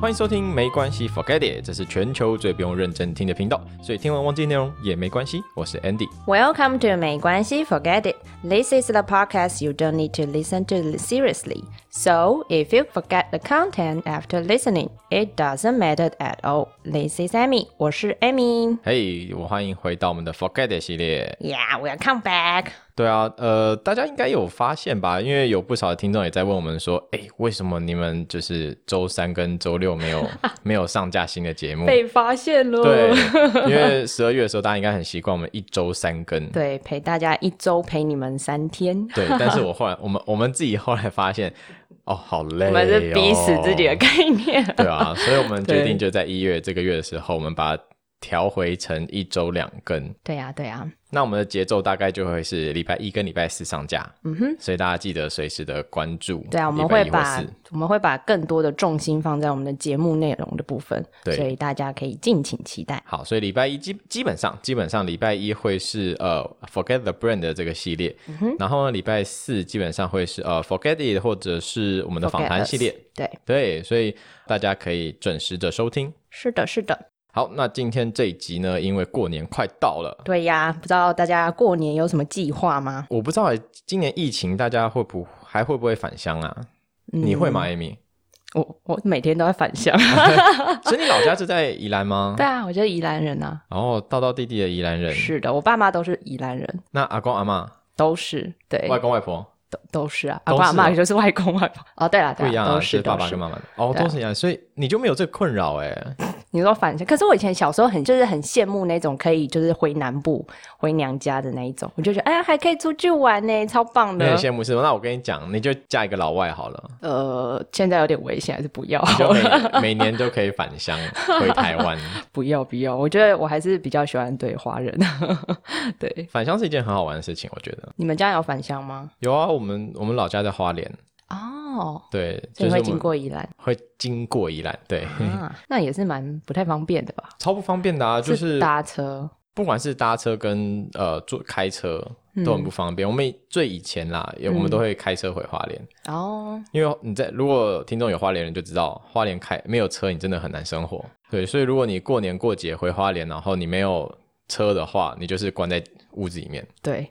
欢迎收听，没关系，Forget it，这是全球最不用认真听的频道，所以听完忘记内容也没关系。我是 Andy， Welcome to 没关系，Forget it. This is the podcast you don't need to listen to seriously. So if you forget the content after listening, it doesn't matter at all. This is Amy，我是 Amy。嘿、我欢迎回到我们的 Forget it 系列。 Yeah, welcome back. 对啊，呃，大家应该有发现吧？因为有不少的听众也在问我们说，哎，为什么你们就是周三跟周六没 有没有上架新的节目？被发现嗯喽！对，因为十二月的时候，大家应该很习惯我们一周三更。对，陪大家一周，陪你们三天。对，但是我后来，我们我们自己后来发现，哦，好累、哦，我们是逼死自己的概念。 对啊，所以我们决定对就在一月这个月的时候，我们把它调回成一周两更。对呀、对呀、啊那我们的节奏大概就会是礼拜一跟礼拜四上架，嗯哼，所以大家记得随时的关注。对啊，我们礼拜会一或把四我们会把更多的重心放在我们的节目内容的部分，对所以大家可以敬请期待。好，所以礼拜一基基本上基本上礼拜一会是呃 Forget the Brand 的这个系列，嗯然后呢礼拜四基本上会是呃 Forget It 或者是我们的访 Forget 谈 us 系列，对，对，所以大家可以准时的收听。是的，是的，好，那今天这一集呢，因为过年快到了，对呀。不知道大家过年有什么计划吗？我不知道欸今年疫情大家会不还会不会返乡啊？嗯你会吗，Amy？ 我我每天都在 返乡。所以你老家是在宜兰吗？对。啊，我就是宜兰人啊。然后道道地地的宜兰人，是的，我爸妈都是宜兰人，那阿公阿妈、都是对，外公外婆都都是啊。都是阿爸阿妈哦也就是外公外婆。哦，对了，不对一样啦，啊，都是是爸都爸是跟。妈妈的哦，对啊都是一样，所以你就没有这个困扰哎。你说返乡，可是我以前小时候很就是很羡慕那种可以就是回南部回娘家的那一种，我就觉得哎呀还可以出去玩呢，超棒你的很。羡慕是吗？那我跟你讲，你就嫁一个老外好了，呃，现在有点危险，还是不要你 好啊就了，每每年就可以返 乡回台湾。不要不要。我觉得我还是比较喜欢对华人。 对，返乡是一件很好玩的事情，我觉得。你们家有返乡吗？有啊，我们我们老家在花莲，哦，对，所就以是会我们经过宜兰会经过宜兰，对，啊，那也是蛮不太方便的吧？超不方便的啊，嗯就是搭车，不管是搭车跟呃坐开车都很不方便。我们最以前啦，也我们都会开车回花莲，哦，因为你在如果听众有花莲人就知道，花莲开没有车你真的很难生活。对，所以如果你过年过节回花莲，然后你没有车的话，你就是关在屋子里面。对，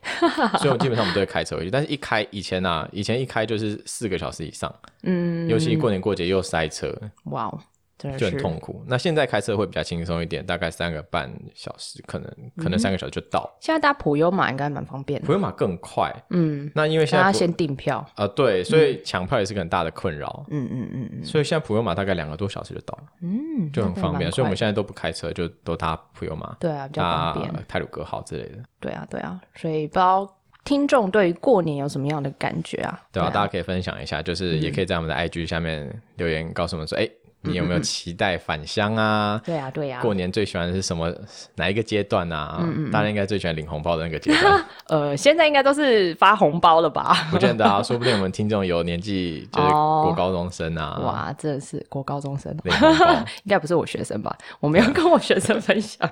所以我们基本上我们都会开车回去，但是一开以前啊，以前一开就是四个小时以上，嗯，尤其过年过节又塞车，哇哦，真的就很是痛苦。那现在开车会比较轻松一点，大概三个半小时，可能可能三个小时就到。现在搭普悠玛应该蛮方便的普，悠玛更快，嗯，那因为现让在他普先订票，啊、对，所以抢票也是个很大的困扰。嗯嗯嗯嗯所以现在普悠玛大概两个多小时就到了，嗯，就很那真的方便。蛮所以我们快现在都不开车，就都搭普悠玛的，对啊，比较搭方便，泰鲁格号之类的，对啊对啊，所以不知道听众对于过年有什么样的感觉啊？嗯对吧、大家可以分享一下，就是也可以在我们的 IG 下面留言告诉我们说，哎、你有没有期待返乡啊？对啊对啊，过年最喜欢的是什么？哪一个阶段啊？嗯大家应该最喜欢领红包的那个阶 段，呃，现在应该都是发红包了吧？不见得啊，说不定我们听众有年纪就是哦国高中生啊，哇，真的是国高中生哦，领红包应该不是我学生吧？我没有跟我学生分享。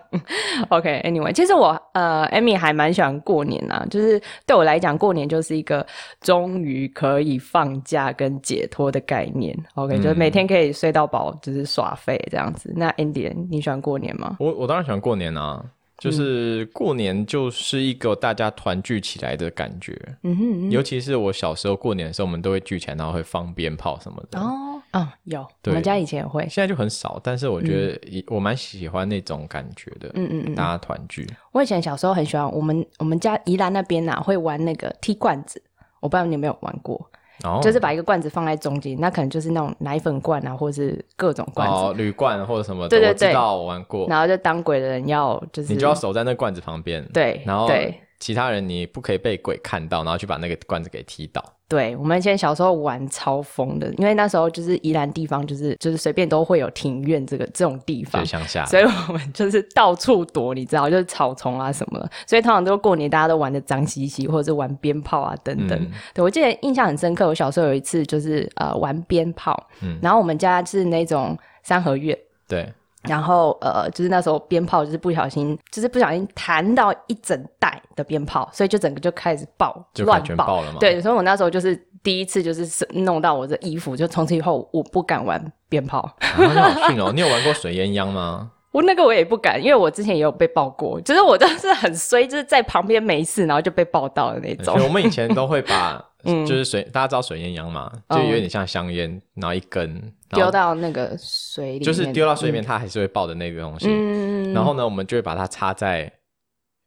OK，Anyway，、其实我呃，Amy 还蛮喜欢过年啊，就是对我来讲，过年就是一个终于可以放假跟解脱的概念。OK，、就是每天可以睡到饱，就是耍废这样子。那 Andy，你喜欢过年吗？我我当然喜欢过年啊，就是嗯过年就是一个大家团聚起来的感觉，嗯哼嗯尤其是我小时候过年的时候，我们都会聚钱，然后会放鞭炮什么的。哼，哦，啊、有，我对们家以前也会。现在就很少，但是我觉得以、我蛮喜欢那种感觉的，嗯嗯嗯大家团聚。我以前小时候很喜欢，我们我们家宜兰那边呐、啊、会玩那个踢罐子，我不知道你有没有玩过。然后就是把一个罐子放在中间，那可能就是那种奶粉罐啊，或是各种罐子，哦，铝罐或者什么的，对对我知对道我玩过。然后就当鬼的人要就是你就要守在那罐子旁边，，对，然后对其他人你不可以被鬼看到，然后去把那个罐子给踢倒。对，我们以前小时候玩超疯的，因为那时候就是宜兰地方就是就是随便都会有庭院这个这种地就方是。乡下，所以我们就是到处躲，你知道，就是草丛啊什么的。所以通常都过年大家都玩的脏兮兮，或者是玩鞭炮啊等等。嗯对我记得印象很深刻，我小时候有一次就是呃玩鞭炮，嗯然后我们家是那种三合院，对，然后呃，就是那时候鞭炮就是不小心，就是不小心弹到一整袋的鞭炮，所以就整个就开始爆，就乱全爆。爆了嘛。，对，所以我那时候就是第一次就是是弄到我的衣服，就从此以后我不敢玩鞭炮。啊那好逊哦！你有玩过水鸳鸯吗？我那个我也不敢，因为我之前也有被爆过，就是我真的是很衰，就是在旁边没事，然后就被爆到的那种所以。我们以前都会把， 嗯哦就是水，大家知道水鸳鸯嘛，就有点像香烟，然后一根然 丢后到那个水里面，嗯就是丢到水里面，它还是会爆的那个东西。嗯。嗯，然后呢，我们就会把它插在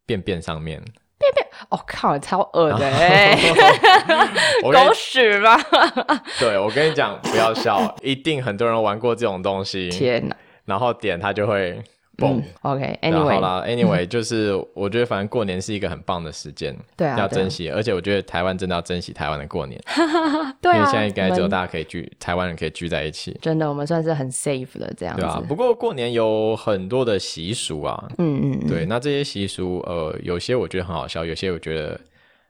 便便上面，我、哦、靠，超恶的、 欸，我跟你狗屎吧！对我跟你讲，不要笑，一定很多人玩过这种东西，天哪，然后点它就会蹦。嗯然后好，OK，Anyway，、 啦，anyway，就是我觉得反正过年是一个很棒的时间，对啊要对啊珍惜，而且我觉得台湾真的要珍惜台湾的过年，对因为啊，现在应该只有我们大家可以聚，台湾人可以聚在一起，真的，我们算是很 safe 的这样子。对啊。不过过年有很多的习俗啊，嗯嗯，嗯，对，那这些习俗，呃，有些我觉得很好笑，有些我觉得，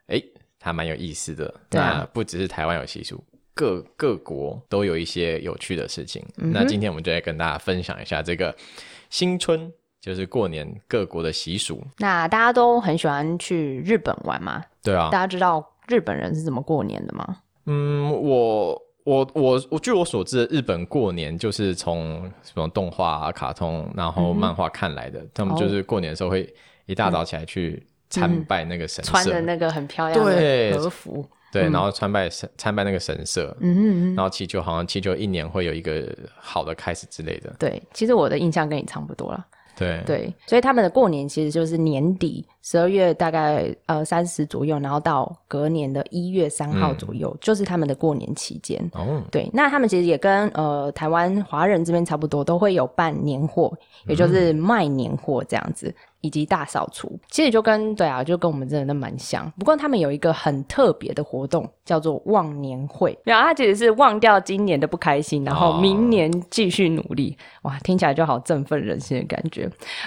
哎、还蛮有意思的。对啊那不只是台湾有习俗，各各国都有一些有趣的事情。嗯那今天我们就来跟大家分享一下这个新春，就是过年各国的习俗。那大家都很喜欢去日本玩嘛？对啊大，家知道日本人是怎么过年的吗？嗯，我。我我我据我所知，日本过年就是从什么动画、啊、卡通，然嗯后漫画看来的。他们哦就是过年的时候会一大早起来去参拜那个神社，嗯穿的那个很漂亮的对和服，对，然后参拜神参拜那个神社，嗯嗯嗯，然后祈求好像祈求一年会有一个好的开始之类的。对，其实我的印象跟你差不多了。对对，所以他们的过年其实就是年底十二月大概呃三十左右，然后到隔年的一月三号左右，就是他们的过年期间。哦，对，那他们其实也跟呃台湾华人这边差不多，都会有办年货，也就是卖年货这样子，以及大扫除。其实就跟对啊，就跟我们真的蛮像。不过他们有一个很特别的活动，叫做忘年会。然后他其实是忘掉今年的不开心，然后明年继续努力。哇，听起来就好振奋人心的感觉。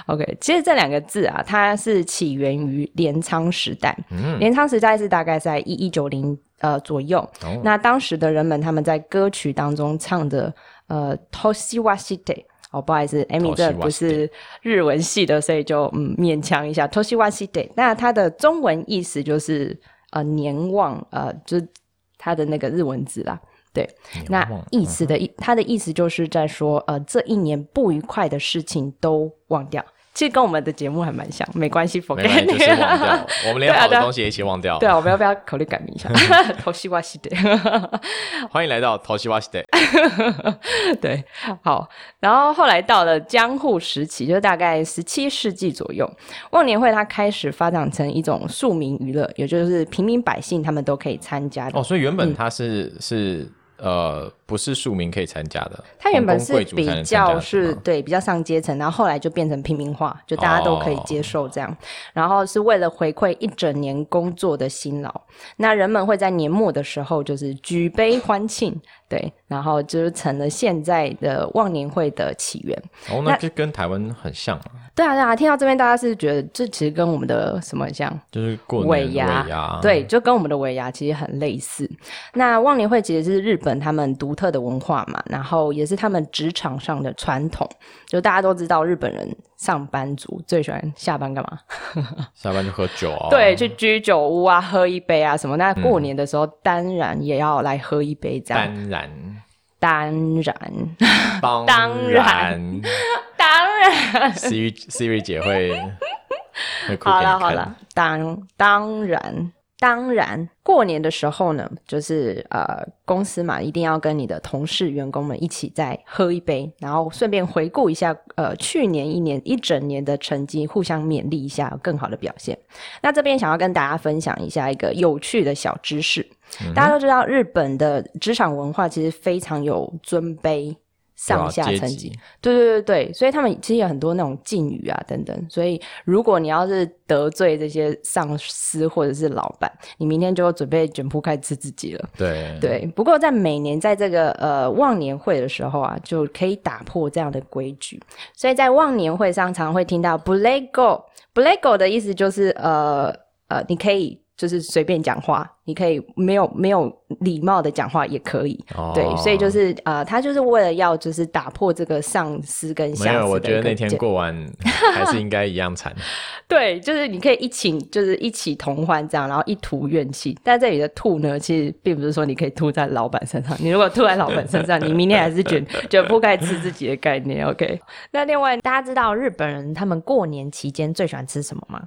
OK，其实这两个字啊，它是起源于镰仓时代。嗯，镰仓时代是大概在一一九零呃左右。哦那当时的人们他们在歌曲当中唱的呃 “toshi wa shite”。哦，不好意思，Amy 这不是日文系的，所以就嗯勉强一下。“toshi wa shite”，那它的中文意思就是呃年望，呃就是它的那个日文字啦。对，年那望嗯意思的意，它的意思就是在说，呃，这一年不愉快的事情都忘掉。其实跟我们的节目还蛮像，没关系没关，forget 系，就是忘掉，我们连对啊好对的啊东西也一起忘掉。对啊，我们要不要考虑改名一下？ 头西瓜西的。欢迎来到淘西瓦西哎代。对，好。然后后来到了江户时期，就大概十七世纪左右，忘年会它开始发展成一种庶民娱乐，也就是平民百姓他们都可以参加的。哦，所以原本它是、是呃不是庶民可以参加的，它原本皇宫是贵族才比能参加较的是吗对比较上阶层，然后后来就变成平民化，就大家都哦可以接受这样。然后是为了回馈一整年工作的辛劳，那人们会在年末的时候就是举杯欢庆，对，然后就是成了现在的忘年会的起源。哦，那就跟台湾很像啊，对啊，对啊，听到这边大家是觉得这其实跟我们的什么很像？就是过年尾牙牙，牙，对，就跟我们的尾牙其实很类似。那忘年会其实是日本他们独特的文化嘛，然后也是他们职场上的传统。就大家都知道，日本人上班族最喜欢下班干嘛？ 下班就喝酒啊、哦。对，，去居酒屋啊，喝一杯啊什么。那过年的时候，当然也要来喝一杯这样。当然，当然，当当然然当然， ，Siri Siri 姐会会哭给好你了好看了，当当然。当然，过年的时候呢，就是呃，公司嘛，一定要跟你的同事、员工们一起再喝一杯，然后顺便回顾一下呃去年一年一整年的成绩，互相勉励一下有更好的表现。那这边想要跟大家分享一下一个有趣的小知识，嗯大家都知道日本的职场文化其实非常有尊卑对啊上下阶层级级，对对对对，所以他们其实有很多那种敬语啊等等，所以如果你要是得罪这些上司或者是老板，你明天就准备卷铺盖吃自己了。对对，不过在每年在这个呃忘年会的时候啊，就可以打破这样的规矩，所以在忘年会上常会听到 “blego”。“blego” 的意思就是呃呃，你可以就是随便讲话，你可以没有没有礼貌的讲话也可以。哦对，所以就是呃，他就是为了要就是打破这个上司跟下司没有，我的觉得一个那天界过 完还是应该一样惨。对，就是你可以一起，就是一起同欢这样，然后一吐怨气。但这里的吐呢，其实并不是说你可以吐在老板身上。你如果吐在老板身上，你明天还是卷卷铺盖吃自己的概念。OK，那另外大家知道日本人他们过年期间最喜欢吃什么吗？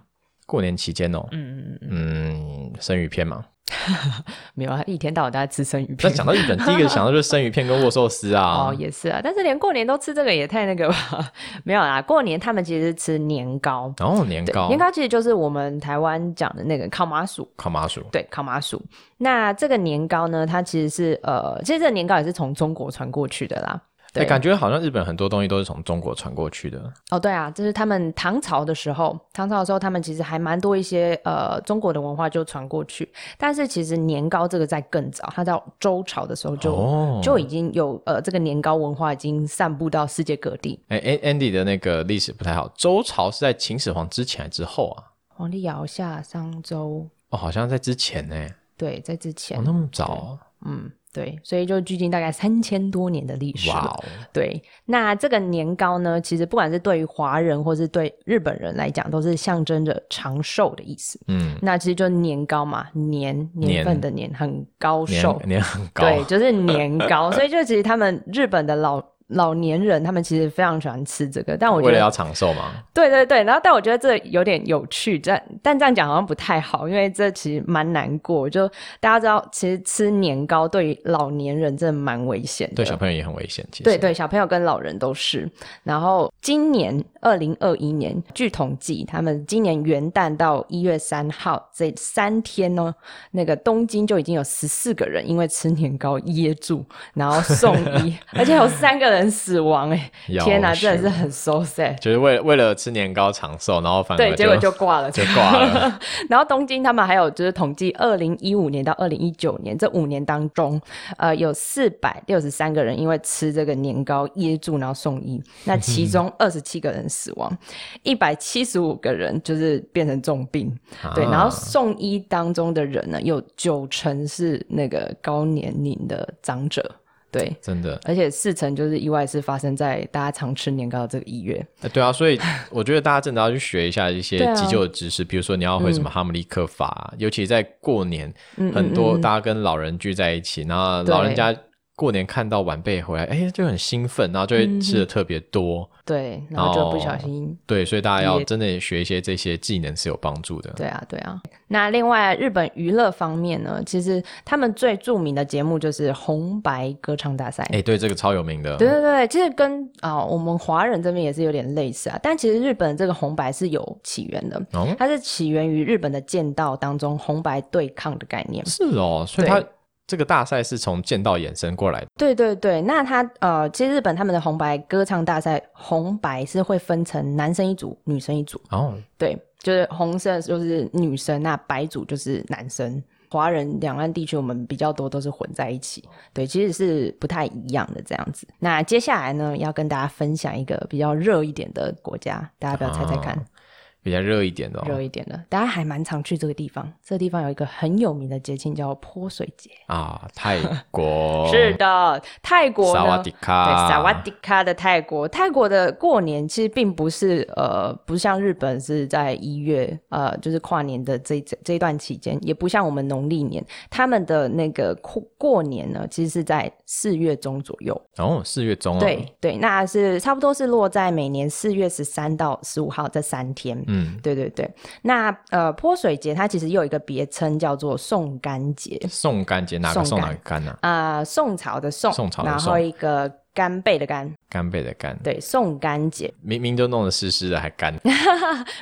过年期间哦，嗯，嗯，生鱼片 嘛。没有啊，一天到晚都在吃生鱼那片。讲到日本，第一个想到就是生鱼片跟握寿司啊哦，。也是啊，但是连过年都吃这个也太那个吧？没有啦，过年他们其实是吃年糕，然后年对糕，年糕其实就是我们台湾讲的那个烤麻薯，烤麻薯，对，烤麻薯。那这个年糕呢，它其实是呃，其实这个年糕也是从中国传过去的啦。哎，对，感觉好像日本很多东西都是从中国传过去的。哦，对啊，就是他们唐朝的时候，唐朝的时候，他们其实还蛮多一些呃中国的文化就传过去，但是其实年糕这个在更早，它到周朝的时候就、哦就已经有呃这个年糕文化已经散布到世界各地。哎，An-，Andy 的那个历史不太好。周朝是在秦始皇之前还是之后啊？皇帝尧哦下商周，哦，好像在之前呢。对，在之前，哦，那么早哦，嗯，对，所以就距今大概三千多年的历史哇了。哦，对，那这个年糕呢，其实不管是对于华人或是对日本人来讲，都是象征着长寿的意思。嗯，那其实就是年糕嘛，年年份的年，很高年寿，年很高，对，就是年糕。所以就其实他们日本的老老年人，他们其实非常喜欢吃这个，但我觉为了得要长寿嘛。对对对，然后但我觉得这有点有趣，但但这样讲好像不太好，因为这其实蛮难过。就大家知道，其实吃年糕对于老年人真的蛮危险的，对小朋友也很危险，其实。对对，小朋友跟老人都是。然后今年二零二一年，据统计，他们今年元旦到一月三号这三天呢，那个东京就已经有十四个人因为吃年糕噎住，然后送 医，而且有三个人死亡、欸。要天哪，真的是是很 so sad。就是为了为了吃年糕长寿，然后反而对，结果就挂了。就挂了。然后东京他们还有就是统计，二零一五年到二零一九年这五年当中，呃，有四百六十三个人因为吃这个年糕噎住，然后送医。那其中二十七个人死亡，一百七十五个人就是变成重病。 对，啊然后送医当中的人呢，有九成是那个高年龄的长者。对，真的，而且四成就是意外是发生在大家常吃年糕的这个医院。呃对啊，所以我觉得大家真的要去学一下一些对啊嗯急救的知识，比如说你要会什么哈姆立克法啊，尤其在过年，很多大家跟老人聚在一起，然后老人嗯对家过年看到晚辈回来，哎，就很兴奋，然后就会嗯吃的特别多。对，然后就不小哦心对，所以大家要也真的学一些这些技能是有帮助的。对啊，对啊。那另外，日本娱乐方面呢，其实他们最著名的节目就是红白歌唱大赛。哎，对，这个超有名的。对对对，其实跟啊、我们华人这边也是有点类似啊，但其实日本这个红白是有起源的，哦，它是起源于日本的剑道当中红白对抗的概念。是哦，所以对他这个大赛是从剑道衍生过来的。对对对，那它呃，其实日本他们的红白歌唱大赛，红白是会分成男生一组，女生一组。哦，对，就是红色就是女生，那白组就是男生。华人两岸地区，我们比较多都是混在一起，对，其实是不太一样的这样子。那接下来呢，要跟大家分享一个比较热一点的国家，大家不要猜猜看，啊比较热一点的、热哦、一点的，大家还蛮常去这个地方。这个地方有一个很有名的节庆叫泼水节，啊，泰国 是的，泰国哦萨呢，瓦迪卡，对，萨瓦迪卡的泰国，泰国的过年其实并不是呃，不像日本是在一月呃，就是跨年的这这这一段期间，也不像我们农历年，他们的那个过过年呢，其实是在四月中左右。哦，四月中、哦，对，对，那是差不多是落在每年四月十三到十五号这三天。嗯，对对对，那呃泼水节它其实又有一个别称叫做送干节宋干节哪个宋宋干哪个干呢、啊？啊、呃宋朝的宋，宋朝的然宋后一个干贝的干，干贝的干，对，送干节。明明就弄得湿湿的还 干。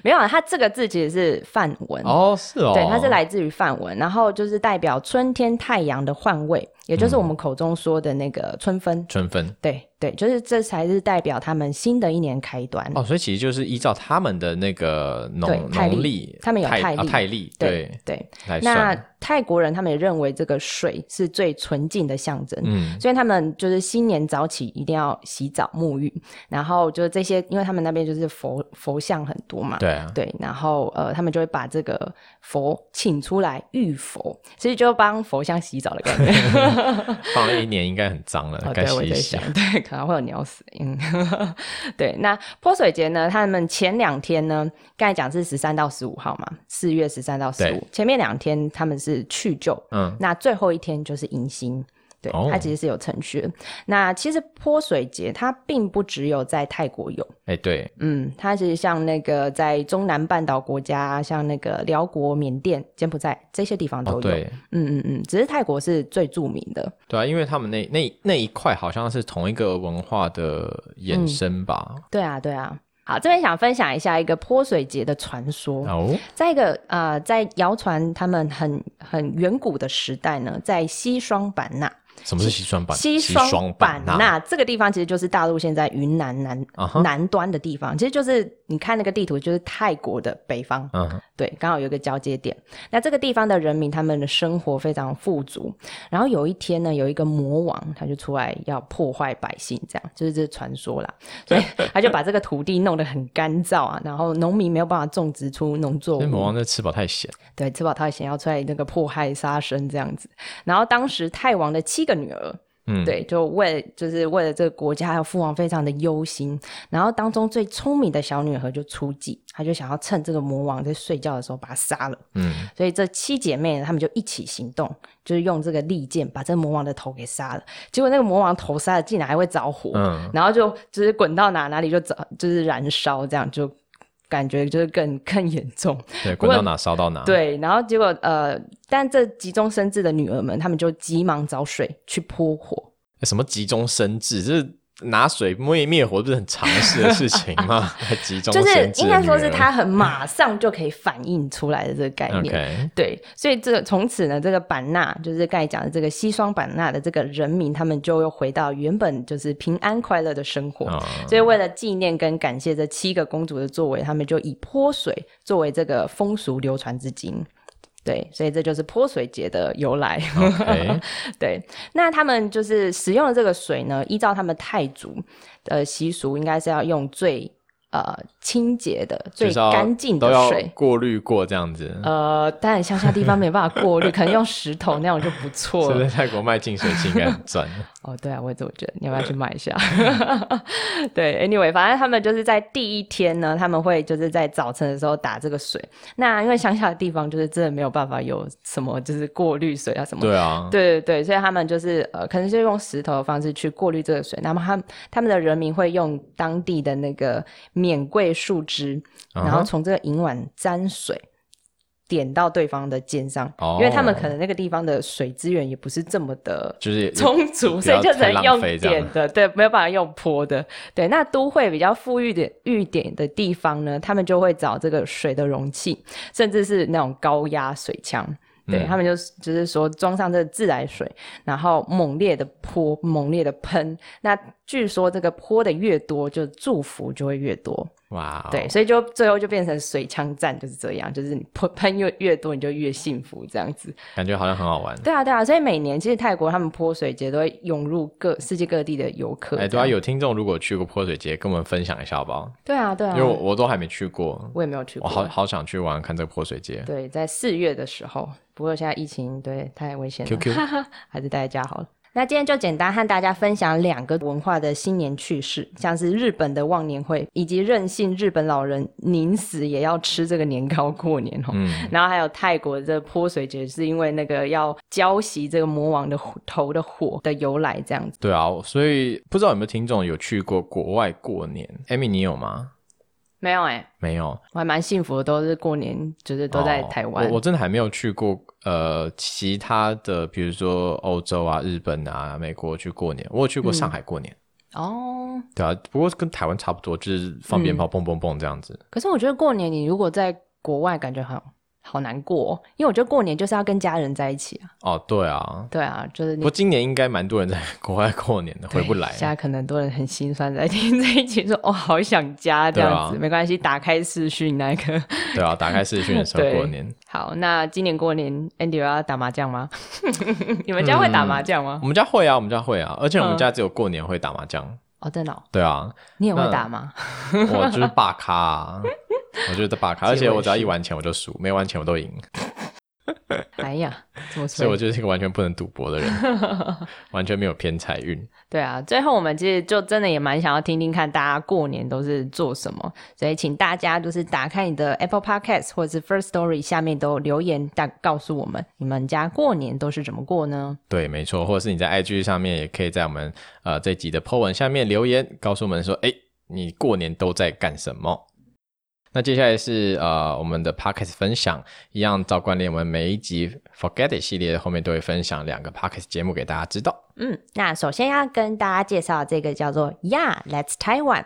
没有啊，它这个字其实是梵文，哦，是哦，对，它是来自于梵文，然后就是代表春天太阳的换位，也就是我嗯们口中说的那个春分。春分对对，就是这才是代表他们新的一年开端。哦，所以其实就是依照他们的那个对农泰历农历，他们有泰泰历啊泰历，对，对，来那算，泰国人他们也认为这个水是最纯净的象征，嗯，所以他们就是新年早起一定要洗澡沐浴，然后就是这些，因为他们那边就是佛佛像很多嘛，对啊，对，然后呃，他们就会把这个佛请出来浴佛，其实就帮佛像洗澡的感觉。 放了一年应该很脏了，哦，该对，洗我一在洗想。，对，可能会有鸟屎。嗯， 对。那泼水节呢？他们前两天呢，刚才讲是十三到十五号嘛，四月十三到十五对，前面两天他们是去旧，嗯，那最后一天就是迎新。对哦，它其实是有程序的。那其实泼水节它并不只有在泰国有， 哎，对，嗯，它其实像那个在中南半岛国家，像那个辽国、缅甸、柬埔寨这些地方都有。哦，对，嗯嗯嗯，只是泰国是最著名的。对啊，因为他们那那那一块好像是同一个文化的延伸吧。对啊，对啊。好，这边想分享一下一个泼水节的传说。哦，在一个呃，在谣传他们很很远古的时代呢，在西双版纳，什么哦是西双版？西双版纳纳这个地方其实就是大陆现在云南南、啊哈南端的地方，其实就是你看那个地图，就是泰国的北方。嗯，对，刚好有一个交接点。那这个地方的人民，他们的生活非常富足。然后有一天呢，有一个魔王，他就出来要破坏百姓，这样就是这是传说啦。 所以他就把这个土地弄得很干燥啊，然后农民没有办法种植出农作那魔物。王那吃饱太闲，对，吃饱太闲要出来那个迫害杀生这样子。然后当时泰王的七个女儿，嗯，，对，就为就是为了这个国家还有父王非常的忧心，然后当中最聪明的小女孩就出计，她就想要趁这个魔王在睡觉的时候把他杀了，嗯，所以这七姐妹呢，她们就一起行动，就是用这个利剑把这个魔王的头给杀了。结果那个魔王头杀了，竟然还会着火，嗯然后就就是滚到哪哪里就着就是燃烧，这样就感觉就是更更严重。对，不滚过到哪烧到哪，，哎对，然后结果呃，但这急中生智的女儿们，她们就急忙找水去扑火。什么急中生智，这拿水灭灭火不是很常识的事情吗？ 还急中就是生智的应女儿，该说是他很马上就可以反应出来的这个概念。 OK，对，所以这个从此呢，这个版纳就是刚才讲的这个西双版纳的这个人民，他们就又回到原本就是平安快乐的生活。啊，所以为了纪念跟感谢这七个公主的作为，他们就以泼水作为这个风俗流传至今。对，所以这就是泼水节的由来。哦 OK 对，那他们就是使用的这个水呢，依照他们泰族的习俗，应该是要用最呃清洁的、最就是要干净都的要水。过滤过这样子，呃，当然乡下地方没办法过滤，可能用石头那种就不是错不了是。泰国卖净水器应该很 赚？哦，对啊，我也这么觉得，你要不要去买一下？ 对，anyway，反正他们就是在第一天呢，他们会就是在早晨的时候打这个水。那因为乡下的地方就是真的没有办法有什么就是过滤水啊什么的对啊，对对对，所以他们就是呃，可能就用石头的方式去过滤这个水，那么他们他们的人民会用当地的那个免贵树枝，啊哈然后从这个银碗沾水。点到对方的肩上，哦因为他们可能那个地方的水资源也不是这么的就是充足，所以就只能用点的。的，对，没有办法用泼的。对，那都会比较富裕的裕点的地方呢，他们就会找这个水的容器，甚至是那种高压水枪。对、嗯他们就就是说装上这个自来水，然后猛烈的泼，猛烈的喷。那据说这个泼的越多，就祝福就会越多。哇哦，对，所以就最后就变成水枪战，就是这样，就是你喷喷越越多，你就越幸福这样子。感觉好像很好玩。对啊，对啊，所以每年其实泰国他们泼水节都会涌入各世界各地的游客。哎，这对啊，样有听众如果去过泼水节，跟我们分享一下好不好？对啊，对啊，因为我我都还没去过，我也没有去我过。好好想去玩看这个泼水节。对，在四月的时候，不过现在疫情对太危险了 QQ 还是待在家好了。那今天就简单和大家分享两个文化的新年趣事，像是日本的忘年会，以及任性日本老人宁死也要吃这个年糕过年哦。嗯，然后还有泰国的泼水节，是因为那个要浇熄这个魔王的火头的火的由来，这样子。对啊，所以不知道有没有听众有去过国外过年？Amy，你有吗？没有哎、没有，我还蛮幸福的，都是过年就是都在哦台湾。我我真的还没有去过呃其他的，比如说欧洲啊、日本啊、美国去过年。我有去过上海过年，哦，对啊，不过跟台湾差不多，就是放鞭嗯炮、蹦蹦蹦这样子。可是我觉得过年你如果在国外，感觉好好难过、哦，因为我觉得过年就是要跟家人在一起啊。哦，对啊，对啊，就是不你过今年应该蛮多人在国外过年的，回不来啊对。现在可能很多人很心酸，在听这一集说哦，好想家这对啊样子，没关系，打开视讯那个。 对啊，打开视讯的时候对过年。好，那今年过年 Andy 有要打麻将吗？ 你们家会打麻将吗嗯我？们家会啊，我们家会啊，而且我们嗯家只有过年会打麻将，哦，哦，真的哦、对啊，你也会那打吗？ 我就是霸咖、啊， 我就是霸咖，而且我只要一玩钱我就输，没玩钱我都赢，哎呀，怎么所以我说？就是一个完全不能赌博的人， 完全没有偏财运。对啊，最后我们其实就真的也蛮想要听听看大家过年都是做什么，所以请大家就是打开你的 Apple Podcast 或者是 First Story 下面都留言，大告诉我们你们家过年都是怎么过呢？对，没错，或者是你在 IG 上面也可以在我们呃这集的 po 文下面留言，告诉我们说，哎，你过年都在干什么？那接下来是呃我们的 podcast 分享，一样照惯例，我们每一集 Forget It 系列后面都会分享两个 podcast 节目给大家知道。嗯，那首先要跟大家介绍这个叫做 Yeah Let's Taiwan。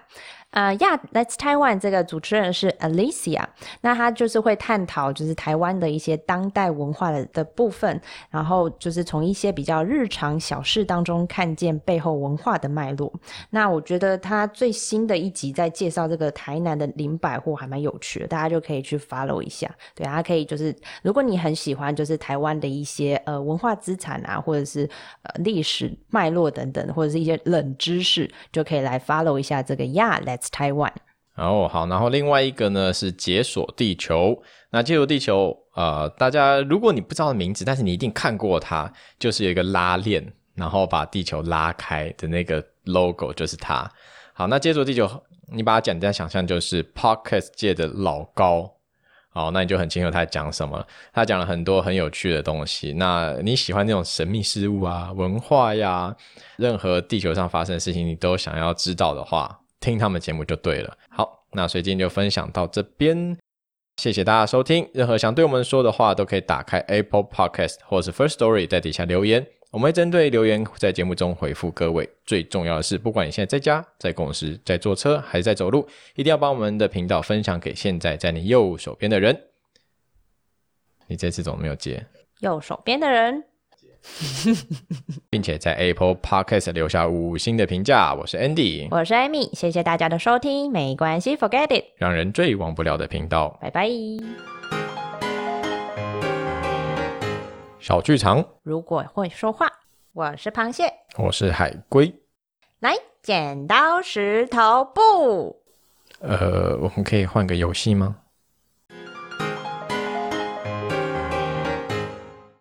呃、y e a h Let's Taiwan 这个主持人是 Alicia，那她就是会探讨就是台湾的一些当代文化的的部分，然后就是从一些比较日常小事当中看见背后文化的脉络。那我觉得她最新的一集在介绍这个台南的林百货还蛮有趣的，大家就可以去 follow 一下。对，大家可以就是如果你很喜欢就是台湾的一些呃文化资产啊，或者是呃历史脉络等等，或者是一些冷知识，就可以来 follow 一下这个 Yeah Let's Taiwan。哦，好，然后另外一个呢是解锁地球。那解锁地球，呃，大家如果你不知道名字，但是你一定看过它，就是有一个拉链，然后把地球拉开的那个 logo 就是它。好，那解锁地球，你把它简单想象就是 podcast 界的老高。好，那你就很清楚他在讲什么了。他讲了很多很有趣的东西。那你喜欢那种神秘事物啊、文化呀，任何地球上发生的事情，你都想要知道的话，听他们节目就对了。好，那所以今天就分享到这边，谢谢大家收听。任何想对我们说的话，都可以打开 Apple Podcast 或是 First Story，在底下留言。我们会针对留言在节目中回复各位。最重要的是，不管你现在在家、在公司、在坐车还是在走路，一定要把我们的频道分享给现在在你右手边的人。你这次怎么没有接？右手边的人，并且在 Apple Podcast 留下五星的评价。我是 Andy，我是 Amy，谢谢大家的收听，没关系，Forget it，让人最忘不了的频道拜拜。小剧场。如果会说话，我是螃蟹，我是海龟。来剪刀石头布。呃，我们可以换个游戏吗？